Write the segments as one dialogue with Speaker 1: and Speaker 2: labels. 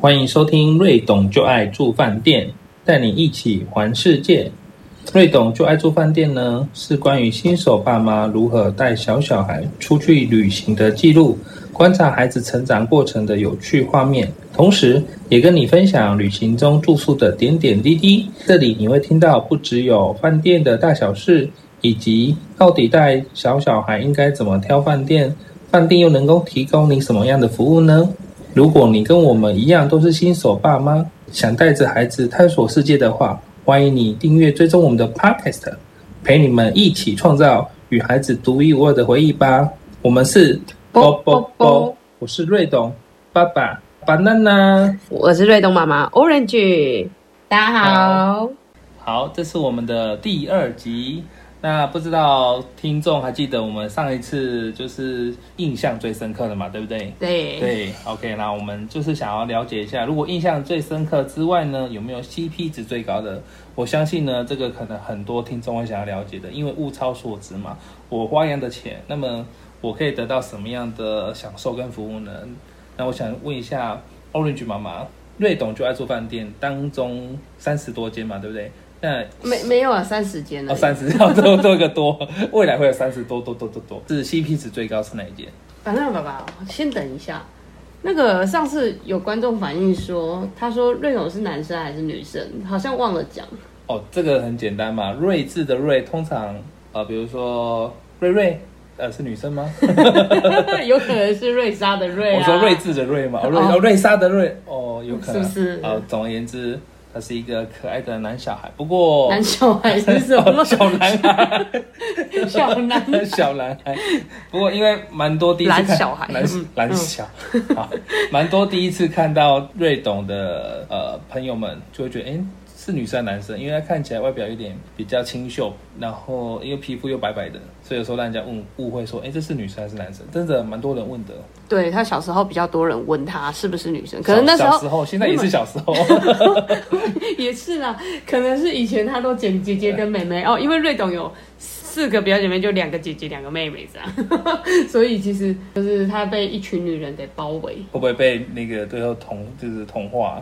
Speaker 1: 欢迎收听《瑞董就爱住饭店》，带你一起环世界。瑞董就爱住饭店呢，是关于新手爸妈如何带小小孩出去旅行的记录，观察孩子成长过程的有趣画面，同时也跟你分享旅行中住宿的点点滴滴。这里你会听到不只有饭店的大小事，以及到底带小小孩应该怎么挑饭店，饭店又能够提供你什么样的服务呢？如果你跟我们一样都是新手爸妈，想带着孩子探索世界的话，欢迎你订阅追踪我们的 Podcast，陪你们一起创造与孩子独一无二的回忆吧。我们是
Speaker 2: 啵啵啵，
Speaker 1: 我是瑞董爸爸 banana。
Speaker 2: 我是瑞东妈妈 Orange，大家好。
Speaker 1: 好，这是我们的第二集。那不知道听众还记得我们上一次就是印象最深刻的嘛，对不对？
Speaker 2: 对，
Speaker 1: 对，OK，那我们就是想要了解一下，如果印象最深刻之外呢，有没有 CP 值最高的？我相信呢，这个可能很多听众会想要了解的，因为物超所值嘛，我花一样的钱，那么我可以得到什么样的享受跟服务呢？那我想问一下 Orange 妈妈，瑞董就爱住饭店当中三十多间嘛，对不对？那
Speaker 2: 没没有啊，三十间了
Speaker 1: 哦，，三十 要多多一个多，未来会有三十多多多多多，是 CP 值最高是哪一间？
Speaker 2: 反正爸爸，先等一下。那个上次有观众反映说，他说瑞董是男生还是女生，好像忘了 讲。
Speaker 1: 哦，这个很简单嘛，睿智的睿，通常呃，比如说瑞瑞，呃，是女生吗？
Speaker 2: 有可能是瑞莎的瑞啊。
Speaker 1: 我说睿智的睿嘛，哦，瑞
Speaker 2: 哦
Speaker 1: 哦瑞莎的瑞，哦，有可能
Speaker 2: 是不是
Speaker 1: 哦，总而言之，他是一个可爱的男小孩，不过
Speaker 2: 男小孩是什么？
Speaker 1: 哦 小男孩，
Speaker 2: 小男 孩。
Speaker 1: 小男孩。不过因为蛮多第一次看
Speaker 2: 懒小孩
Speaker 1: 男
Speaker 2: 嗯
Speaker 1: 男
Speaker 2: 嗯
Speaker 1: 小，好，蛮多第一次看到瑞董的呃朋友们就会觉得，哎、是女生还是男生？因为他看起来外表有点比较清秀，然后因为皮肤又白白的，所以有时候让人家误误会说，哎、这是女生还是男生？真的蛮多人问的。
Speaker 2: 对他小时候比较多人问他是不是女生， 可能那时候嗯
Speaker 1: 小时候，现在也是小时候。
Speaker 2: 也是啦，可能是以前他都剪姐姐跟妹妹哦，因为瑞董有四个表姐妹，就两个姐姐两个妹妹这样， 所以其实就是他被一群女人给包围，
Speaker 1: 会不会被那个最后同就是同化？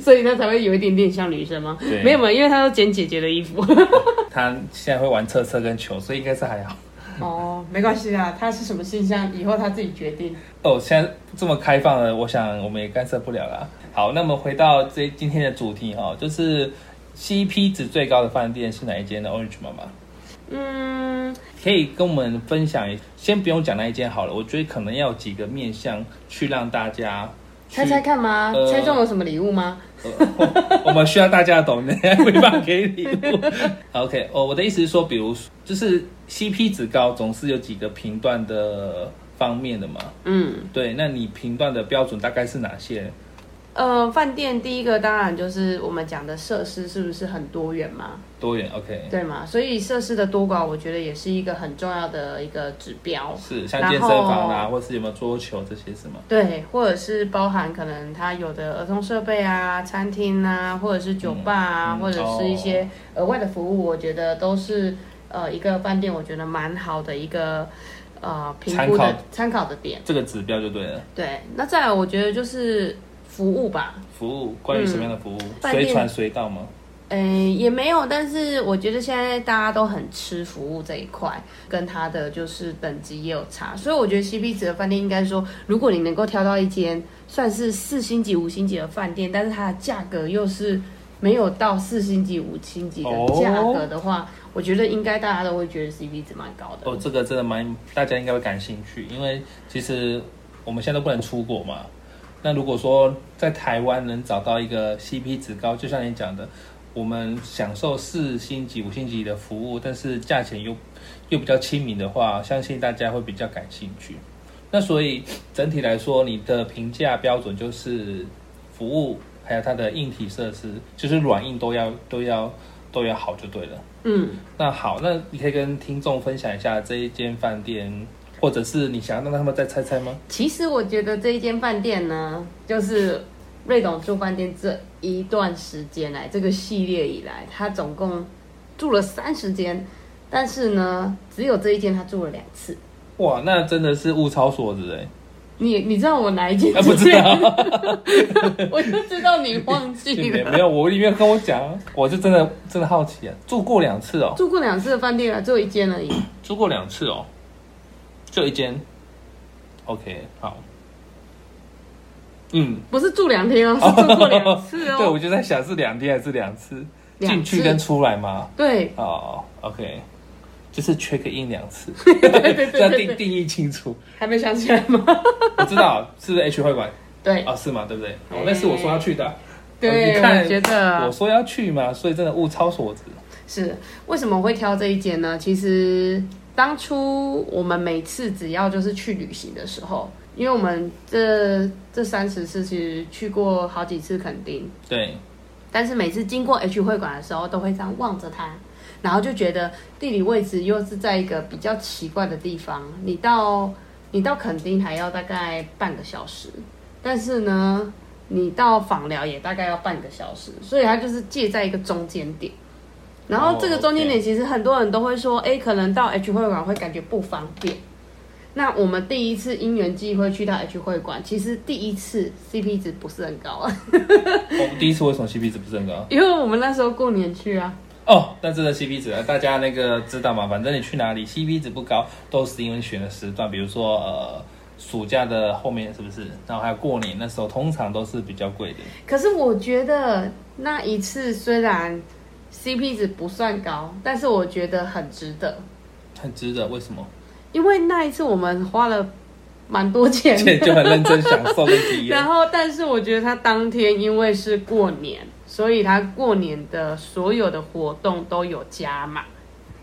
Speaker 2: 所以他才会有一点点像女生吗
Speaker 1: 对？
Speaker 2: 没有没有，因为他都剪姐姐的衣服。
Speaker 1: 他现在会玩车车跟球，所以应该是还好。
Speaker 2: 哦，没关系啦，他是什么形象，以后他自己决定。
Speaker 1: 哦，现在这么开放了，我想我们也干涉不了啦。好，那么回到这今天的主题哈、哦，就是 CP 值最高的饭店是哪一间呢？Orange 妈妈
Speaker 2: 嗯，
Speaker 1: 可以跟我们分享一，先不用讲那一间好了，我觉得可能要有几个面向去让大家去
Speaker 2: 猜猜。看吗？
Speaker 1: 呃
Speaker 2: 猜中有什么礼物吗？
Speaker 1: 呃 我我们需要大家的懂的，没办法给礼 物。OK，哦，我的意思是说，比如就是 CP 值高，总是有几个评断的方面的嘛。
Speaker 2: 嗯，
Speaker 1: 对，那你评断的标准大概是哪些？
Speaker 2: 呃，饭店第一个当然就是我们讲的设施是不是很多元嘛？
Speaker 1: 多元 OK，
Speaker 2: 对嘛？所以设施的多寡，我觉得也是一个很重要的一个指标。
Speaker 1: 是像
Speaker 2: 然
Speaker 1: 健身房
Speaker 2: 后
Speaker 1: 啊，或是有没有桌球这些是吗？
Speaker 2: 对，或者是包含可能它有的儿童设备啊、餐厅啊，或者是酒吧啊，
Speaker 1: 嗯嗯哦
Speaker 2: 或者是一些额外的服务，我觉得都是呃一个饭店我觉得蛮好的一个呃评估的参考的点。
Speaker 1: 这个指标就对了。
Speaker 2: 对，那再来我觉得就是服务吧，
Speaker 1: 服务关于什么样的服务？
Speaker 2: 嗯饭店
Speaker 1: 随传随到吗？
Speaker 2: 诶，呃也没有，但是我觉得现在大家都很吃服务这一块，跟它的就是等级也有差，所以我觉得 CP 值的饭店应该说，如果你能够挑到一间算是四星级、五星级的饭店，但是它的价格又是没有到四星级、五星级的价格的话，我觉得应该大家都会觉得 CP 值蛮高的。
Speaker 1: 哦，这个真的蛮，大家应该会感兴趣，因为其实我们现在都不能出国嘛。那如果说在台湾能找到一个 CP 值高，就像你讲的，我们享受四星级、五星级的服务，但是价钱又又比较亲民的话，相信大家会比较感兴趣。那所以整体来说，你的评价标准就是服务，还有它的硬体设施，就是软硬都要都要都要好就对了。
Speaker 2: 嗯，
Speaker 1: 那好，那你可以跟听众分享一下这一间饭店，或者是你想要让他们再猜猜吗？
Speaker 2: 其实我觉得这一间饭店呢，就是瑞董住饭店这一段时间来，这个系列以来，他总共住了三十间，但是呢，只有这一间他住了两次。
Speaker 1: 哇，那真的是物超所值哎！
Speaker 2: 你你知道我哪一间
Speaker 1: 啊，
Speaker 2: 是
Speaker 1: 不
Speaker 2: 这
Speaker 1: 知
Speaker 2: 样？
Speaker 1: 道，
Speaker 2: 我就知道你忘记
Speaker 1: 没
Speaker 2: 了。
Speaker 1: 没有，我里面跟我讲，啊我是真的真的好奇啊，住过两次哦，
Speaker 2: 住过两次的饭店了，只有一间而已。
Speaker 1: 住过两次哦，就一间，OK，好，嗯，
Speaker 2: 不是住两天哦，是住过两次
Speaker 1: 对，我
Speaker 2: 哦。
Speaker 1: 就在想是两天还是两次，
Speaker 2: 两
Speaker 1: 进去
Speaker 2: 次
Speaker 1: 跟出来嘛，
Speaker 2: 对
Speaker 1: 哦，OK，就是 check in 两次，
Speaker 2: 对对对
Speaker 1: 这 要
Speaker 2: 对
Speaker 1: 定
Speaker 2: 对，
Speaker 1: 定义清楚。
Speaker 2: 还没想起来吗？
Speaker 1: 我知道是不是 H 会馆
Speaker 2: 对啊
Speaker 1: 啊？是吗？对不对？
Speaker 2: 哎
Speaker 1: 哦，那是我说要去的啊，
Speaker 2: 对，
Speaker 1: 你看
Speaker 2: 我觉
Speaker 1: 我
Speaker 2: 得
Speaker 1: 说要去嘛，所以真的物超所值。
Speaker 2: 是为什么会挑这一间呢？其实当初我们每次只要就是去旅行的时候，因为我们这这三十次其实去过好几次垦丁，
Speaker 1: 对，
Speaker 2: 但是每次经过 H 会馆的时候，都会这样望着它，然后就觉得地理位置又是在一个比较奇怪的地方。你到你到垦丁还要大概半个小时，但是呢，你到访寮也大概要半个小时，所以它就是介在一个中间点。然后这个中间点，其实很多人都会说，哎、可能到 H 会馆会感觉不方便。那我们第一次因缘际会去到 H 会馆，其实第一次 CP 值不是很高啊，
Speaker 1: 我们第一次为什么 CP 值不是很高？
Speaker 2: 因为我们那时候过年去啊，
Speaker 1: 哦，但真的 CP 值啊，大家那个知道嘛？反正你去哪里 CP 值不高，都是因为选的时段，比如说呃。暑假的后面是不是？然后还有过年那时候，通常都是比较贵的。
Speaker 2: 可是我觉得那一次虽然 CP 值不算高，但是我觉得很值得，
Speaker 1: 很值得，为什 么？
Speaker 2: 因为那一次我们花了蛮多钱
Speaker 1: 而且就很认真享受的体验
Speaker 2: 然。后，但是我觉得他当天因为是过年，所以他过年的所有的活动都有加码。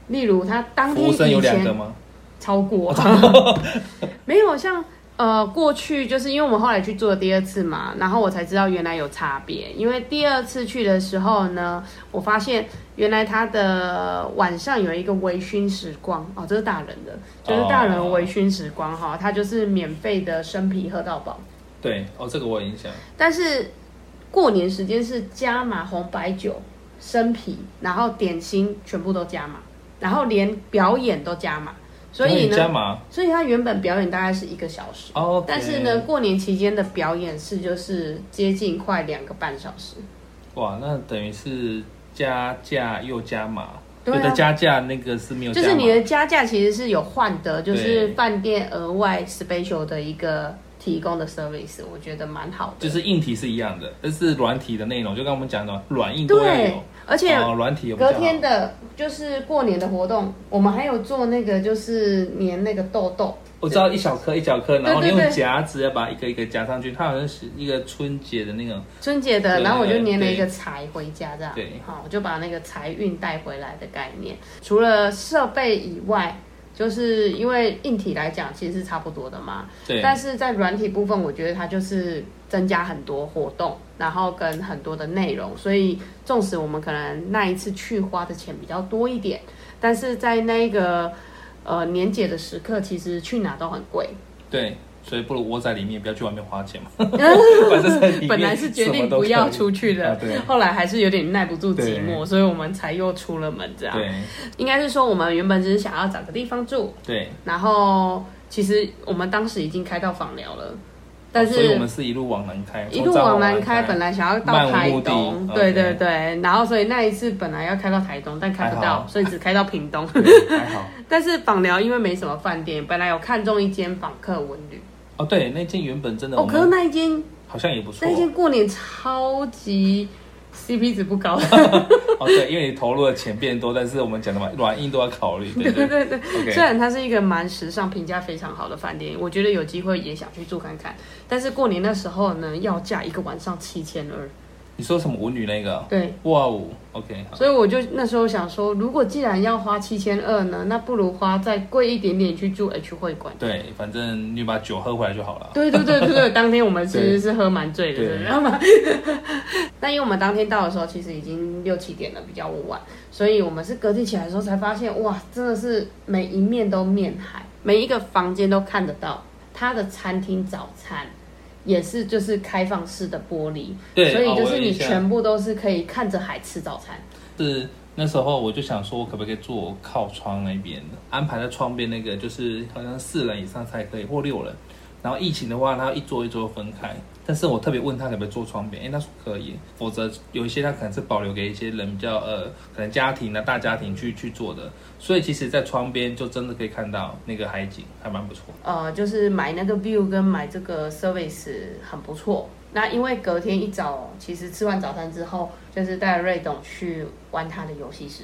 Speaker 2: 例如，他当
Speaker 1: 服
Speaker 2: 天
Speaker 1: 务生有
Speaker 2: 以
Speaker 1: 两个
Speaker 2: 前
Speaker 1: 吗？
Speaker 2: 超过，啊 没有像呃过去，就是因为我们后来去做第二次嘛，然后我才知道原来有差别。因为第二次去的时候呢，我发现原来他的晚上有一个微醺时光哦，这是大人的，就是大人微醺时光哈，它就是免费的生啤喝到饱。
Speaker 1: 对，哦，这个我有印象。
Speaker 2: 但是过年时间是加码红白酒、生啤，然后点心全部都加码，然后连表演都加码，所以
Speaker 1: 你加
Speaker 2: 呢，
Speaker 1: 码
Speaker 2: 所以他原本表演大概是一个小时，
Speaker 1: 哦，
Speaker 2: 但是呢，，过年期间的表演是就是接近快两个半小时，
Speaker 1: 哇，那等于是加价又加码，
Speaker 2: 对啊
Speaker 1: 有的加价那个是没有加
Speaker 2: 就
Speaker 1: 码，
Speaker 2: 是你的加价其实是有换的，就是
Speaker 1: 对
Speaker 2: 饭店额外 special 的一个提供的 service，我觉得蛮好的。
Speaker 1: 就是硬体是一样的，但是软体的内容就跟我们讲的软硬都要
Speaker 2: 对
Speaker 1: 有，，
Speaker 2: 而且
Speaker 1: 哦，软体有比较
Speaker 2: 隔
Speaker 1: 好
Speaker 2: 天的就是过年的活动，我们还有做那个就是粘那个痘痘，
Speaker 1: 我知道一小颗一小颗，然后你
Speaker 2: 对对
Speaker 1: 用
Speaker 2: 对
Speaker 1: 夹子要把一个一个夹上去，它好像是一个春节的那种，
Speaker 2: 春节的，
Speaker 1: 对
Speaker 2: 然后我就
Speaker 1: 对
Speaker 2: 粘了一
Speaker 1: 对
Speaker 2: 个财回家这样，
Speaker 1: 对
Speaker 2: 好，我就把那个财运带回来的概念。除了设备以外，就是因为硬体来讲其实是差不多的嘛，
Speaker 1: 对，
Speaker 2: 但是在软体部分，我觉得它就是增加很多活动，然后跟很多的内容，所以纵使我们可能那一次去花的钱比较多一点，但是在那个呃年节的时刻，其实去哪都很贵。
Speaker 1: 对。所以不如窝在里面，不要去外面花 钱嘛。反正在里面
Speaker 2: 本来是决
Speaker 1: 什么
Speaker 2: 定
Speaker 1: 都
Speaker 2: 不要
Speaker 1: 可以
Speaker 2: 出去的，
Speaker 1: 啊对
Speaker 2: 后来还是有点耐不住寂寞，
Speaker 1: 对
Speaker 2: 所以我们才又出了门。这样
Speaker 1: 对
Speaker 2: 应该是说，我们原本只是想要找个地方住，
Speaker 1: 对，
Speaker 2: 然后其实我们当时已经开到访寮了，但是、
Speaker 1: 哦所以我们是一路往南开，
Speaker 2: 一
Speaker 1: 从
Speaker 2: 路
Speaker 1: 彰化
Speaker 2: 往南开，本来想要到
Speaker 1: 漫
Speaker 2: 台
Speaker 1: 无目
Speaker 2: 东，
Speaker 1: 的
Speaker 2: 对
Speaker 1: OK
Speaker 2: 对对，然后所以那一次本来要开到台东，但开不
Speaker 1: 还
Speaker 2: 到，
Speaker 1: 好
Speaker 2: 所以只开到屏东。
Speaker 1: 对还好。
Speaker 2: 但是访寮因为没什么饭店，本来有看中一间访客文旅，
Speaker 1: 哦，对，那件原本真的我
Speaker 2: 哦，可是
Speaker 1: 们
Speaker 2: 那一间
Speaker 1: 好像也不错
Speaker 2: 那一间过年超级 CP 值不高，
Speaker 1: 哦，对，因为你投入的钱变多，但是我们讲的嘛，软硬都要考 虑，对
Speaker 2: 对
Speaker 1: 对
Speaker 2: 对对对。虽
Speaker 1: OK，
Speaker 2: 然它是一个蛮时尚、评价非常好的饭店，我觉得有机会也想去住看看。但是过年那时候呢，要价一个晚上七千二，
Speaker 1: 你说什么舞女那个？
Speaker 2: 对，
Speaker 1: 哇哦，OK，好
Speaker 2: 所以我就那时候想说，如果既然要花七千二呢，那不如花再贵一点点去住 H 会馆。
Speaker 1: 对，反正你把酒喝回来就好了。
Speaker 2: 对对对对对，当天我们其实
Speaker 1: 对
Speaker 2: 是喝蛮醉的，
Speaker 1: 对
Speaker 2: 知道吗？ 那因为我们当天到的时候，其实已经六七点了，比较晚，所以我们是隔天起来的时候才发现，哇，真的是每一面都面海，每一个房间都看得到。它的餐厅早餐也是就是开放式的玻璃，
Speaker 1: 对
Speaker 2: 所以
Speaker 1: 哦
Speaker 2: 就
Speaker 1: 我
Speaker 2: 是
Speaker 1: 有
Speaker 2: 你
Speaker 1: 印象
Speaker 2: 全部都是可以看着海吃早餐。
Speaker 1: 是那时候我就想说，我可不可以坐靠窗那边的，安排在窗边那个，就是好像四人以上才可以或六人，然后疫情的话，他一桌一桌分开。但是我特别问他可不可以做窗边，哎、他说可以，否则有一些他可能是保留给一些人比较呃，可能家庭啊大家庭去去做的。所以其实，在窗边就真的可以看到那个海景，还蛮不错。
Speaker 2: 呃，就是买那个 view 跟买这个 service 很不错。那因为隔天一早，其实吃完早餐之后，就是带瑞董去玩他的游戏室。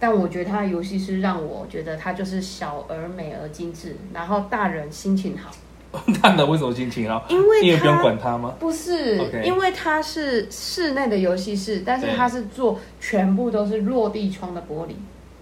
Speaker 2: 但我觉得他的游戏室让我觉得他就是小而美而精致，然后大人心情好，
Speaker 1: 大人为什么心情好？
Speaker 2: 因为
Speaker 1: 你也不用
Speaker 2: 他
Speaker 1: 管他吗？
Speaker 2: 不是
Speaker 1: OK
Speaker 2: 因为它是室内的游戏室，但是
Speaker 1: 对
Speaker 2: 它是做全部都是落地窗的玻璃。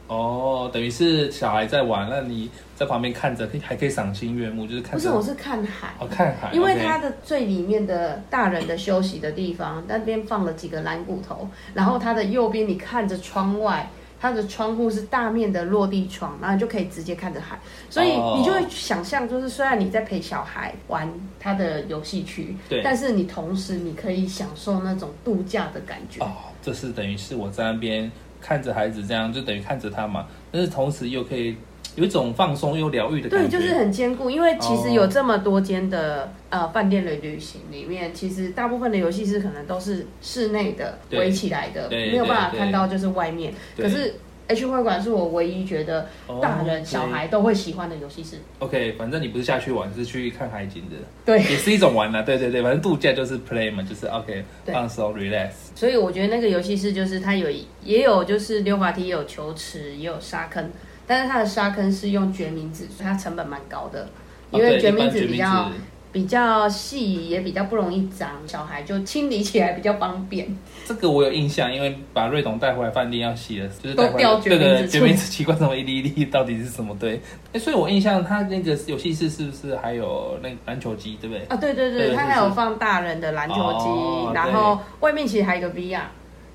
Speaker 1: 哦，等于是小孩在玩，那你在旁边看着，可以还可以赏心悦目，就是看着。
Speaker 2: 不是，我是看海。
Speaker 1: 哦，看海，
Speaker 2: 因为
Speaker 1: OK
Speaker 2: 它的最里面的大人的休息的地方，那边放了几个蓝骨头，然后它的右边你看着窗外，它的窗户是大面的落地窗，然后你就可以直接看着海，所以
Speaker 1: 哦
Speaker 2: 你就会想象，就是虽然你在陪小孩玩他的游戏区，
Speaker 1: 对
Speaker 2: 但是你同时你可以享受那种度假的感觉。
Speaker 1: 哦，这是等于是我在那边看着孩子这样，就等于看着他嘛，但是同时又可以有一种放松又疗愈的感
Speaker 2: 对，
Speaker 1: 觉。
Speaker 2: 就是很坚固，因为其
Speaker 1: 哦
Speaker 2: 实有这么多间的、呃饭店的旅行里面，其实大部分的游戏室可能都是室内的
Speaker 1: 对
Speaker 2: 围起来的，
Speaker 1: 对
Speaker 2: 没有办法
Speaker 1: 对
Speaker 2: 看到就是外面。
Speaker 1: 对
Speaker 2: 可是 H 会馆是我唯一觉得
Speaker 1: 哦
Speaker 2: 大人、小。
Speaker 1: 对
Speaker 2: 孩都会喜欢的游戏室。
Speaker 1: OK，反正你不是下去玩，是去看海景的，
Speaker 2: 对，
Speaker 1: 也是一种玩啦、对对对，反正度假就是 play 嘛，就是 OK
Speaker 2: 对
Speaker 1: 放松 relax。
Speaker 2: 所以我觉得那个游戏室就是它有也有就是溜滑梯，也有球池，也有沙坑，但是它的沙坑是用决明子，它成本蛮高的，因
Speaker 1: 哦
Speaker 2: 为
Speaker 1: 对
Speaker 2: 决
Speaker 1: 一般
Speaker 2: 明子比较、
Speaker 1: 决明子
Speaker 2: 比较细，也比较不容易脏，小孩就清理起来比较方便。
Speaker 1: 这个我有印象，因为把瑞董带回来饭店要洗的，就是
Speaker 2: 都
Speaker 1: 带回来
Speaker 2: 掉
Speaker 1: 对
Speaker 2: 决明
Speaker 1: 对
Speaker 2: 子
Speaker 1: 决
Speaker 2: 醋
Speaker 1: 明子奇怪什么一粒一粒到底是什么？对， 哎，所以我印象他那个游戏室是不是还有那个篮球机，对不对？
Speaker 2: 啊，对对
Speaker 1: 对
Speaker 2: 对，它
Speaker 1: 是
Speaker 2: 还有
Speaker 1: 是
Speaker 2: 放大人的篮球机，
Speaker 1: 哦
Speaker 2: 然后外面其实还有一个 VR，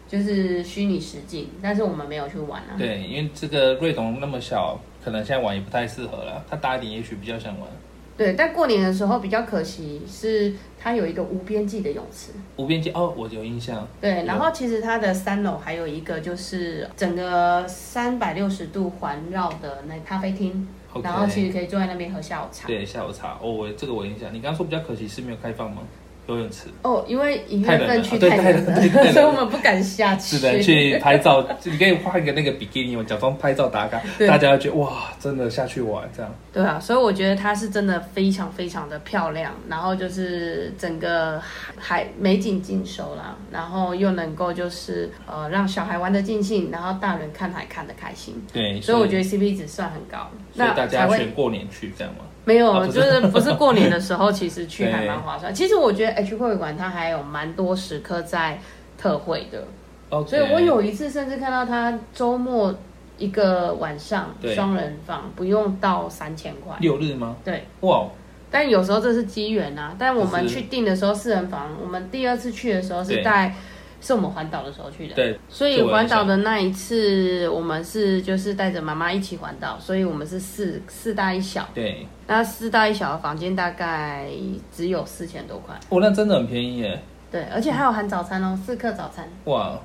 Speaker 2: 就是虚拟实境，但是我们没有去玩啊。
Speaker 1: 对，因为这个瑞董那么小，可能现在玩也不太适合了。他大一点，也许比较想玩
Speaker 2: 对，但过年的时候比较可惜是它有一个无边际的泳池，
Speaker 1: 无边界。哦，我有印象。
Speaker 2: 对，
Speaker 1: 有
Speaker 2: 然后其实它的三楼还有一个就是整个三百六十度环绕的那咖啡厅
Speaker 1: OK
Speaker 2: 然后其实可以坐在那边喝下午茶。
Speaker 1: 对，下午茶。哦，我这个我有印象。你刚刚说比较可惜是没有开放吗？游泳池
Speaker 2: 哦，因为营
Speaker 1: 太冷
Speaker 2: 业分
Speaker 1: 了哦
Speaker 2: 区
Speaker 1: 对
Speaker 2: 太
Speaker 1: 太
Speaker 2: 冷
Speaker 1: 冷对太冷
Speaker 2: 了，所以我们不敢下 去。
Speaker 1: 只能去拍照，你可以画一个那个比基尼，我假装拍照打卡，
Speaker 2: 对
Speaker 1: 大家要觉得哇，真的下去玩这样。
Speaker 2: 对啊，所以我觉得它是真的非常非常的漂亮，然后就是整个海美景尽收啦，然后又能够就是呃让小孩玩的尽兴，然后大人看海看得开心，
Speaker 1: 对，
Speaker 2: 所以我觉得 CP 值算很高。
Speaker 1: 所以大
Speaker 2: 才
Speaker 1: 家
Speaker 2: 会
Speaker 1: 选过年去这样吗？
Speaker 2: 没有，
Speaker 1: 啊不是
Speaker 2: 就是不是过年的时候，其实去
Speaker 1: 对
Speaker 2: 还蛮 划算。其实我觉得 H 会馆它还有蛮多时刻在特惠的，
Speaker 1: 哦，
Speaker 2: 所以我有一次甚至看到它周末一个晚上
Speaker 1: 对
Speaker 2: 双人房不用到三千块，
Speaker 1: 六日吗？
Speaker 2: 对。
Speaker 1: 哇，
Speaker 2: 但有时候这是机缘啊。但我们
Speaker 1: 就是
Speaker 2: 去订的时候四人房，我们第二次去的时候
Speaker 1: 对
Speaker 2: 是带，是我们环岛的时候去的。
Speaker 1: 对，
Speaker 2: 所以环岛的那一次，我们是就是带着妈妈一起环岛，所以我们是四四大一小，
Speaker 1: 对，
Speaker 2: 那四大一小的房间大概只有四千多块，
Speaker 1: 哦，那真的很便宜耶，
Speaker 2: 对，而且还有含早餐哦，四客早餐。
Speaker 1: 哇，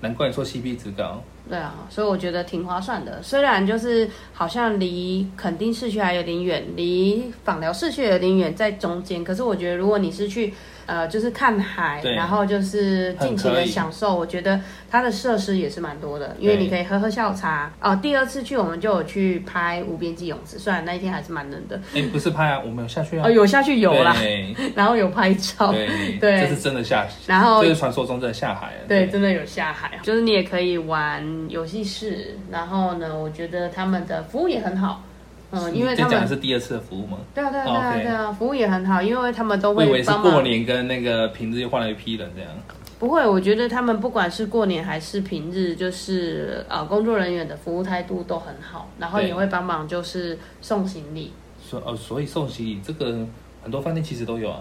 Speaker 1: 难怪你说 CP 值高。
Speaker 2: 对啊，所以我觉得挺划算的。虽然就是好像离垦丁市区还有点远，离访寮市区有点远，在中间。可是我觉得，如果你是去呃，就是看海，
Speaker 1: 对
Speaker 2: 然后就是尽情
Speaker 1: 很可
Speaker 2: 的
Speaker 1: 以
Speaker 2: 享受，我觉得它的设施也是蛮多的，因为
Speaker 1: 对
Speaker 2: 你可以喝喝下午茶。哦，第二次去我们就有去拍无边际泳池，虽然那一天还是蛮冷的，
Speaker 1: 哎，不是拍啊，我们有下去啊
Speaker 2: 哦，。有下去游啦，
Speaker 1: 对
Speaker 2: 然后有拍照，
Speaker 1: 对，
Speaker 2: 对
Speaker 1: 这是真的下，
Speaker 2: 然后
Speaker 1: 这是传说中真的下海了。啊
Speaker 2: 对，真的有下海，就是你也可以玩游戏室，然后呢，我觉得他们的服务也很好，嗯，因为
Speaker 1: 你
Speaker 2: 他
Speaker 1: 这讲的
Speaker 2: 们
Speaker 1: 是第二次的服务吗？
Speaker 2: 对啊对啊对啊
Speaker 1: OK
Speaker 2: 对啊，服务也很好，因为他们都
Speaker 1: 我以为
Speaker 2: 会
Speaker 1: 是
Speaker 2: 帮
Speaker 1: 过
Speaker 2: 忙。
Speaker 1: 年跟那个平日又换了一批人这样。
Speaker 2: 不会，我觉得他们不管是过年还是平日，就是呃工作人员的服务态度都很好，然后
Speaker 1: 对
Speaker 2: 也会帮忙就是送行李。
Speaker 1: 所哦，所以送行李这个很多饭店其实都有啊。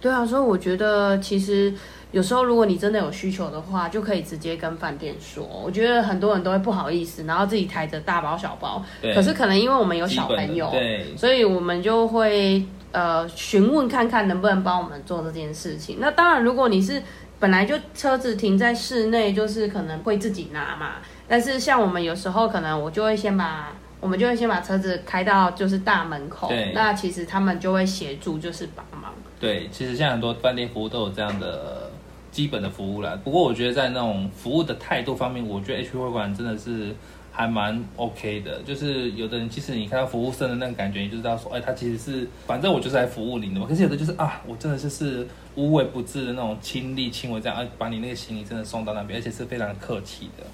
Speaker 2: 对啊，所以我觉得其实有时候如果你真的有需求的话，就可以直接跟饭店说。我觉得很多人都会不好意思，然后自己抬着大包小包。
Speaker 1: 对，
Speaker 2: 哦可是可能因为我们有
Speaker 1: 基
Speaker 2: 小
Speaker 1: 本的
Speaker 2: 朋友，
Speaker 1: 对
Speaker 2: 所以我们就会呃询问看看能不能帮我们做这件事情。那当然，如果你是本来就车子停在室内，就是可能会自己拿嘛。但是像我们有时候可能我就会先把我们就会先把车子开到就是大门口
Speaker 1: 对，
Speaker 2: 那其实他们就会协助就是帮忙。
Speaker 1: 对，其实现在很多饭店服务都有这样的基本的服务啦。不过我觉得在那种服务的态度方面，我觉得 H 会馆真的是还蛮 OK 的。就是有的人其实你看到服务生的那个感觉，你就知道说，哎，他其实是反正我就是来服务你的嘛。可是有的就是啊，我真的就是无微不至的那种亲力亲为这样，啊，把你那个行李真的送到那边，而且是非常客气的。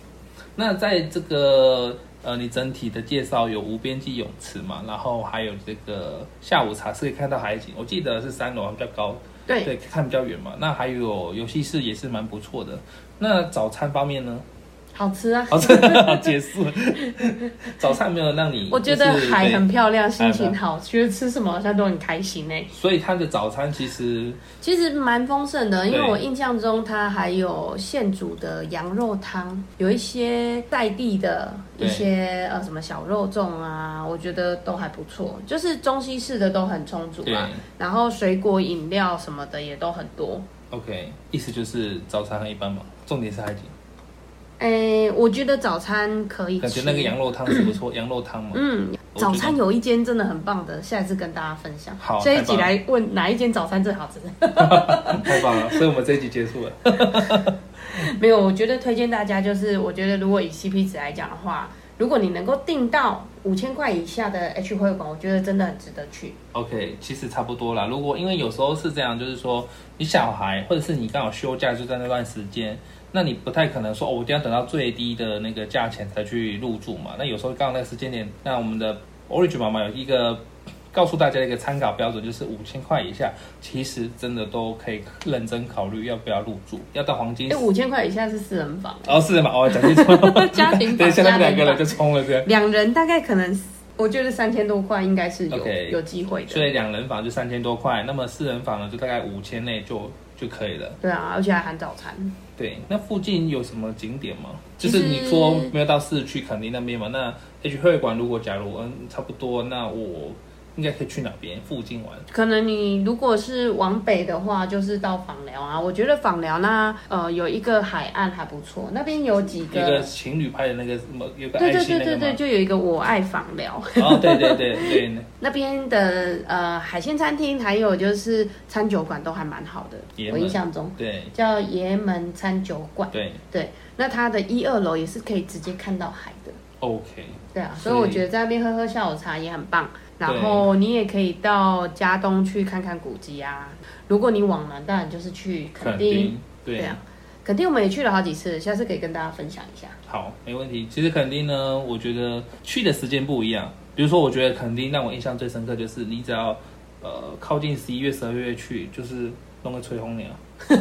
Speaker 1: 那在这个呃，你整体的介绍有无边际泳池嘛，然后还有这个下午茶是可以看到海景，我记得是三楼比较高，
Speaker 2: 对，
Speaker 1: 对，看比较远嘛。那还有游戏室也是蛮不错的。那早餐方面 呢？
Speaker 2: 好吃啊！
Speaker 1: 好，这个结束了。早餐没有让你，
Speaker 2: 我觉得
Speaker 1: 就是
Speaker 2: 海
Speaker 1: 对
Speaker 2: 很漂亮，心
Speaker 1: 海
Speaker 2: 情
Speaker 1: 吧
Speaker 2: 好，觉得吃什么好像都很开心哎、
Speaker 1: 所以它的早餐其实
Speaker 2: 其实蛮丰盛的，因为
Speaker 1: 对
Speaker 2: 我印象中它还有现煮的羊肉汤，有一些在地的一
Speaker 1: 对
Speaker 2: 些呃什么小肉粽啊，我觉得都还不错，就是中西式的都很充足
Speaker 1: 对
Speaker 2: 啊，然后水果饮料什么的也都很多。
Speaker 1: OK，意思就是早餐很一般嘛，重点是海景，
Speaker 2: 哎，我觉得早餐可以
Speaker 1: 感
Speaker 2: 吃
Speaker 1: 觉那个羊肉汤是不错， 羊肉汤嘛。
Speaker 2: 嗯，
Speaker 1: 我觉得
Speaker 2: 早餐有一间真的很棒的，下一次跟大家分享。
Speaker 1: 好
Speaker 2: 这一
Speaker 1: 太
Speaker 2: 集
Speaker 1: 棒了
Speaker 2: 来问哪一间早餐最好吃？
Speaker 1: 太棒了，所以我们这一集结束了。
Speaker 2: 没有，我觉得推荐大家就是，我觉得如果以 CP 值来讲的话，如果你能够订到五千块以下的 H 会馆，我觉得真的很值得去。
Speaker 1: OK，其实差不多啦。如果因为有时候是这样，就是说你小孩或者是你刚好休假就在那段时间，那你不太可能说哦，我一定要等到最低的那个价钱才去入住嘛。那有时候刚好那个时间点，那我们的 Orange 妈妈有一个告诉大家一个参考标准，就是五千块以下，其实真的都可以认真考虑要不要入住，要到黄金
Speaker 2: 哎，。五千块以下是四 人房，。
Speaker 1: 哦，是的嘛，哦，讲清楚
Speaker 2: 家庭房
Speaker 1: 对，现在
Speaker 2: 家
Speaker 1: 两
Speaker 2: 庭
Speaker 1: 个人
Speaker 2: 房
Speaker 1: 就冲了这样。
Speaker 2: 两人大概可能，我觉得三千多块应该是有
Speaker 1: OK
Speaker 2: 有机会
Speaker 1: 所
Speaker 2: 的。
Speaker 1: 以两人房就三千多块，那么四人房呢就大概五千内就就可以了。
Speaker 2: 对啊，而且还含早餐。
Speaker 1: 对，那附近有什么景点吗？
Speaker 2: 其
Speaker 1: 就
Speaker 2: 实
Speaker 1: 是你说没有到市区肯定那边嘛，那 H 会馆如果假如嗯差不多，那我应该可以去哪边附近玩？
Speaker 2: 可能你如果是往北的话，就是到访寮啊。我觉得访寮那呃有一个海岸还不错，那边有几
Speaker 1: 一个情侣拍的那个什么，有个
Speaker 2: 对
Speaker 1: 爱
Speaker 2: 对
Speaker 1: 心
Speaker 2: 对
Speaker 1: 那
Speaker 2: 对
Speaker 1: 个
Speaker 2: 对，
Speaker 1: 吗？
Speaker 2: 就有一个我爱访寮。
Speaker 1: 哦，对对对对，
Speaker 2: 那边的呃海鲜餐厅，还有就是餐酒馆都还蛮好的
Speaker 1: 爷，
Speaker 2: 我
Speaker 1: 们
Speaker 2: 印象中
Speaker 1: 对
Speaker 2: 叫爷门餐酒馆。
Speaker 1: 对
Speaker 2: 对，那它的一二楼也是可以直接看到海的。
Speaker 1: ，OK，
Speaker 2: 对啊，
Speaker 1: 所
Speaker 2: 所
Speaker 1: 以
Speaker 2: 以我觉得在那边喝喝下午茶也很棒。然后你也可以到嘉东去看看古迹啊。如果你往南，当然就是去垦
Speaker 1: 肯
Speaker 2: 丁。
Speaker 1: 定对
Speaker 2: 对啊，垦丁我们也去了好几次，下次可以跟大家分享一下。
Speaker 1: 好，没问题。其实垦丁呢，我觉得去的时间不一样。比如说，我觉得垦丁让我印象最深刻就是，你只要呃靠近十一月、十二月去，就是弄个吹风鸟，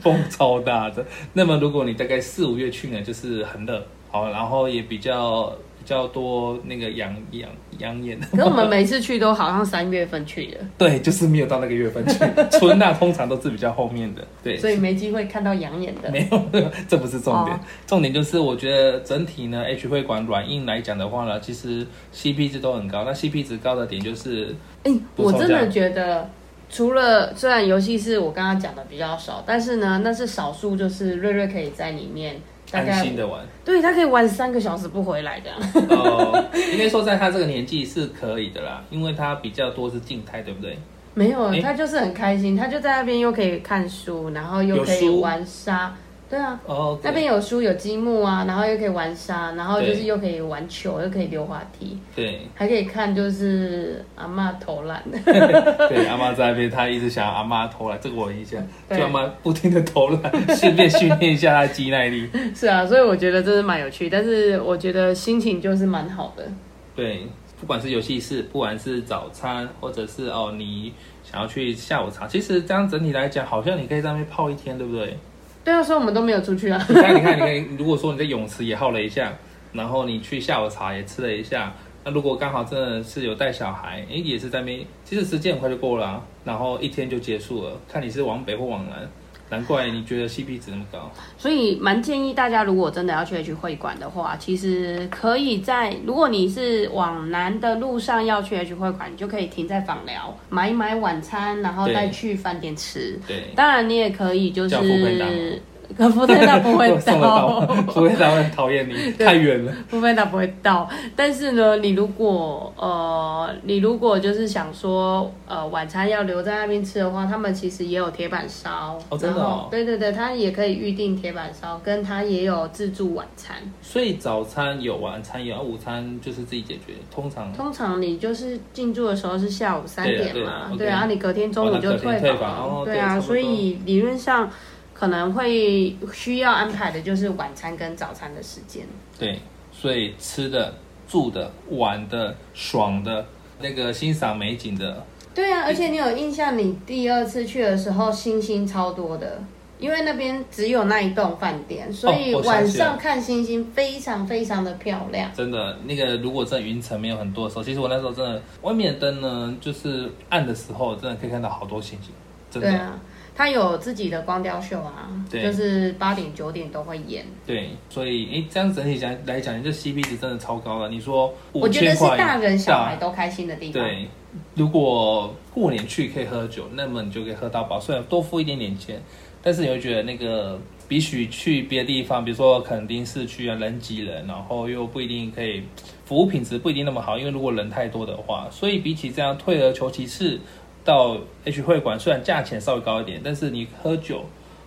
Speaker 1: 风超大的。那么如果你大概四五月去呢，就是很热，好，然后也比较比较多那个养养养眼。
Speaker 2: 可是我们每次去都好像三月份去的，
Speaker 1: 对，就是没有到那个月份去，春那通常都是比较后面的。对，
Speaker 2: 所以没机会看到养眼的。
Speaker 1: 没有， 这不是重点，
Speaker 2: 哦
Speaker 1: 重点就是我觉得整体呢，H 会馆软硬来讲的话呢，其实 CP 值都很高。那 CP 值高的点就是，
Speaker 2: 哎、
Speaker 1: 补
Speaker 2: 我
Speaker 1: 充
Speaker 2: 真
Speaker 1: 这
Speaker 2: 的
Speaker 1: 样
Speaker 2: 觉得，除了虽然游戏是我刚刚讲的比较少，但是呢，那是少数，就是瑞瑞可以在里面大
Speaker 1: 安心
Speaker 2: 概
Speaker 1: 的 玩。
Speaker 2: 对他可以玩三个小时不回来的。
Speaker 1: 哦，应该说在他这个年纪是可以的啦，因为他比较多是静态，对不对？
Speaker 2: 没有，
Speaker 1: 哎
Speaker 2: 他就是很开心，他就在那边又可以看书，然后又
Speaker 1: 有
Speaker 2: 可以
Speaker 1: 书
Speaker 2: 玩沙。对啊，
Speaker 1: 哦，
Speaker 2: 那边有书有积木啊，然后又可以玩沙，然后就是
Speaker 1: 对
Speaker 2: 又可以玩球，又可以溜滑梯，
Speaker 1: 对
Speaker 2: 还可以看就是阿嬷投篮。
Speaker 1: 对，阿妈在那边，他一直想要阿妈投篮，这个我有印象，就
Speaker 2: 对
Speaker 1: 阿妈不停的投篮，顺便训练一下他的肌耐力。
Speaker 2: 是啊，所以我觉得真是蛮有趣，但是我觉得心情就是蛮好的。
Speaker 1: 对，不管是游戏室，不管是早餐，或者是哦你想要去下午茶，其实这样整体来讲，好像你可以在那边泡一天，对不对？
Speaker 2: 对啊，所以我们都没有出去啊。
Speaker 1: 你看，你看，你看，如果说你在泳池也耗了一下，然后你去下午茶也吃了一下，那如果刚好真的是有带小孩，诶，也是在那边，其实时间很快就过了啊、然后一天就结束了，看你是往北或往南。难怪你觉得 CP 值那么高，
Speaker 2: 所以蛮建议大家，如果真的要去 H 会馆的话，其实可以在如果你是往南的路上要去 H 会馆，你就可以停在访寮买一买晚餐，然后
Speaker 1: 对
Speaker 2: 再去饭店吃。
Speaker 1: 对
Speaker 2: 当然，你也可以就
Speaker 1: 叫 foodpanda
Speaker 2: 是可 伏特加不会
Speaker 1: 送得到，
Speaker 2: 到。
Speaker 1: 不会到很讨厌你，
Speaker 2: 对
Speaker 1: 太远了。
Speaker 2: 不会到不会到，但是呢，你如果呃，你如果就是想说呃晚餐要留在那边吃的话，他们其实也有铁板烧，
Speaker 1: 哦真的
Speaker 2: 然后
Speaker 1: 哦
Speaker 2: 对对对，他也可以预定铁板烧，跟他也有自助晚餐。
Speaker 1: 所以早餐有，晚餐有，啊午餐就是自己解决。通常
Speaker 2: 通常你就是进驻的时候是下午三
Speaker 1: 对啊
Speaker 2: 点
Speaker 1: 对啊
Speaker 2: 嘛，
Speaker 1: ，OK
Speaker 2: 对啊，你隔天中
Speaker 1: 哦
Speaker 2: 午
Speaker 1: 那
Speaker 2: 就
Speaker 1: 隔天退
Speaker 2: 房
Speaker 1: 房哦
Speaker 2: 了，
Speaker 1: 对
Speaker 2: 对
Speaker 1: 差
Speaker 2: 啊，
Speaker 1: 不多
Speaker 2: 所以理论上可能会需要安排的就是晚餐跟早餐的时间。
Speaker 1: 对，所以吃的、住的、玩的、爽的，那个欣赏美景的，
Speaker 2: 对啊，而且你有印象，你第二次去的时候星星超多的，因为那边只有那一栋饭店，所以
Speaker 1: 哦我想
Speaker 2: 晚
Speaker 1: 起来
Speaker 2: 上看星星非常非常的漂亮。
Speaker 1: 真的那个如果真的云层没有很多的时候，其实我那时候真的外面的灯呢，就是暗的时候，真的可以看到好多星星，真
Speaker 2: 对
Speaker 1: 的。
Speaker 2: 啊，它有自己的光雕秀啊，
Speaker 1: 对
Speaker 2: 就是八点九点都会演。
Speaker 1: 对，所以诶，这样整体讲来讲，这 CP 值真的超高了。你说五
Speaker 2: 我觉得
Speaker 1: 千
Speaker 2: 是
Speaker 1: 块，
Speaker 2: 大人小孩都开心的地方。
Speaker 1: 对，如果过年去可以喝酒，那么你就可以喝到饱，虽然多付一点点钱，但是你会觉得那个比起去别的地方，比如说垦丁市区啊，人挤人，然后又不一定可以服务品质不一定那么好，因为如果人太多的话，所以比起这样退而求其次，到 H 会馆虽然价钱稍微高一点，但是你喝酒。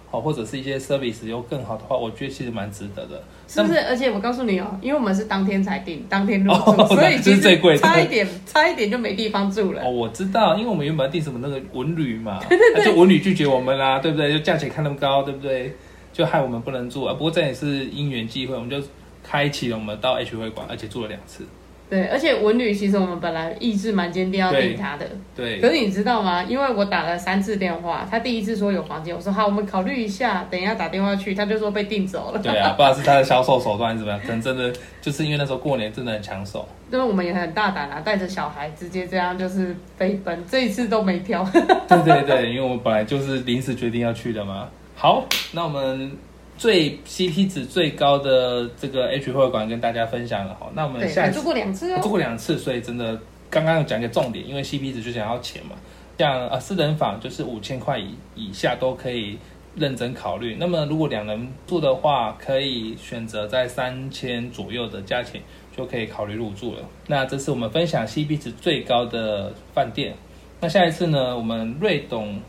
Speaker 1: 好，或者是一些 service 又更好的话，我觉得其实蛮值得的。
Speaker 2: 是不是？而且我告诉你哦，因为我们是当天才订，当天入住，
Speaker 1: 哦
Speaker 2: 所 以
Speaker 1: 那
Speaker 2: 其
Speaker 1: 这是最贵
Speaker 2: 实
Speaker 1: 的
Speaker 2: 差一点，差一点就没地方住了。
Speaker 1: 哦，我知道，因为我们原本要订什么那个文旅嘛，对对对就文旅拒绝我们啦，对不对？就价钱看那么高，对不对？就害我们不能住啊。不过这也是因缘际会，我们就开启了我们到 H 会馆，而且住了两次。
Speaker 2: 对，而且文旅其实我们本来意志蛮坚定要
Speaker 1: 对
Speaker 2: 订它的，
Speaker 1: 对
Speaker 2: 可，是你知道吗？因为我打了三次电话，他第一次说有房间，我说好，我们考虑一下，等一下打电话去，他就说被订走了。
Speaker 1: 对啊，不知道是他的销售手段还是怎么样，可能真的就是因为那时候过年真的很抢手。
Speaker 2: 就是我们也很大胆啊，带着小孩直接这样就是飞奔，这一次都没挑。
Speaker 1: 对对对，因 为我们本来就是临时决定要去的嘛。好，那我们最 CP 值最高的这个 H 会馆跟大家分享了，好，那我们
Speaker 2: 对，
Speaker 1: 下
Speaker 2: 还
Speaker 1: 一次
Speaker 2: 住过两次
Speaker 1: 我住
Speaker 2: 哦。
Speaker 1: 过两次，所以真的刚刚有讲一个重点，因为 CP 值就想要钱嘛。像呃四人房就是五千块以以下都可以认真考虑。那么如果两人住的话，可以选择在三千左右的价钱就可以考虑入住了。那这是我们分享 CP 值最高的饭店。那下一次呢，我们瑞董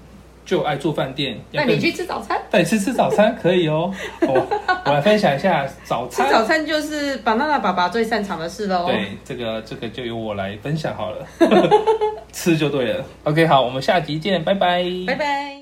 Speaker 1: 就爱住饭店，
Speaker 2: 那
Speaker 1: 要跟
Speaker 2: 你去吃早餐，
Speaker 1: 带你去吃早餐可以哦。我我来分享一下早
Speaker 2: 吃
Speaker 1: 餐。
Speaker 2: 早餐就是巴娜娜爸爸最擅长的事喽。
Speaker 1: 对，这个这个就由我来分享好了，吃就对了。OK，好，我们下集见，拜拜，
Speaker 2: 拜拜。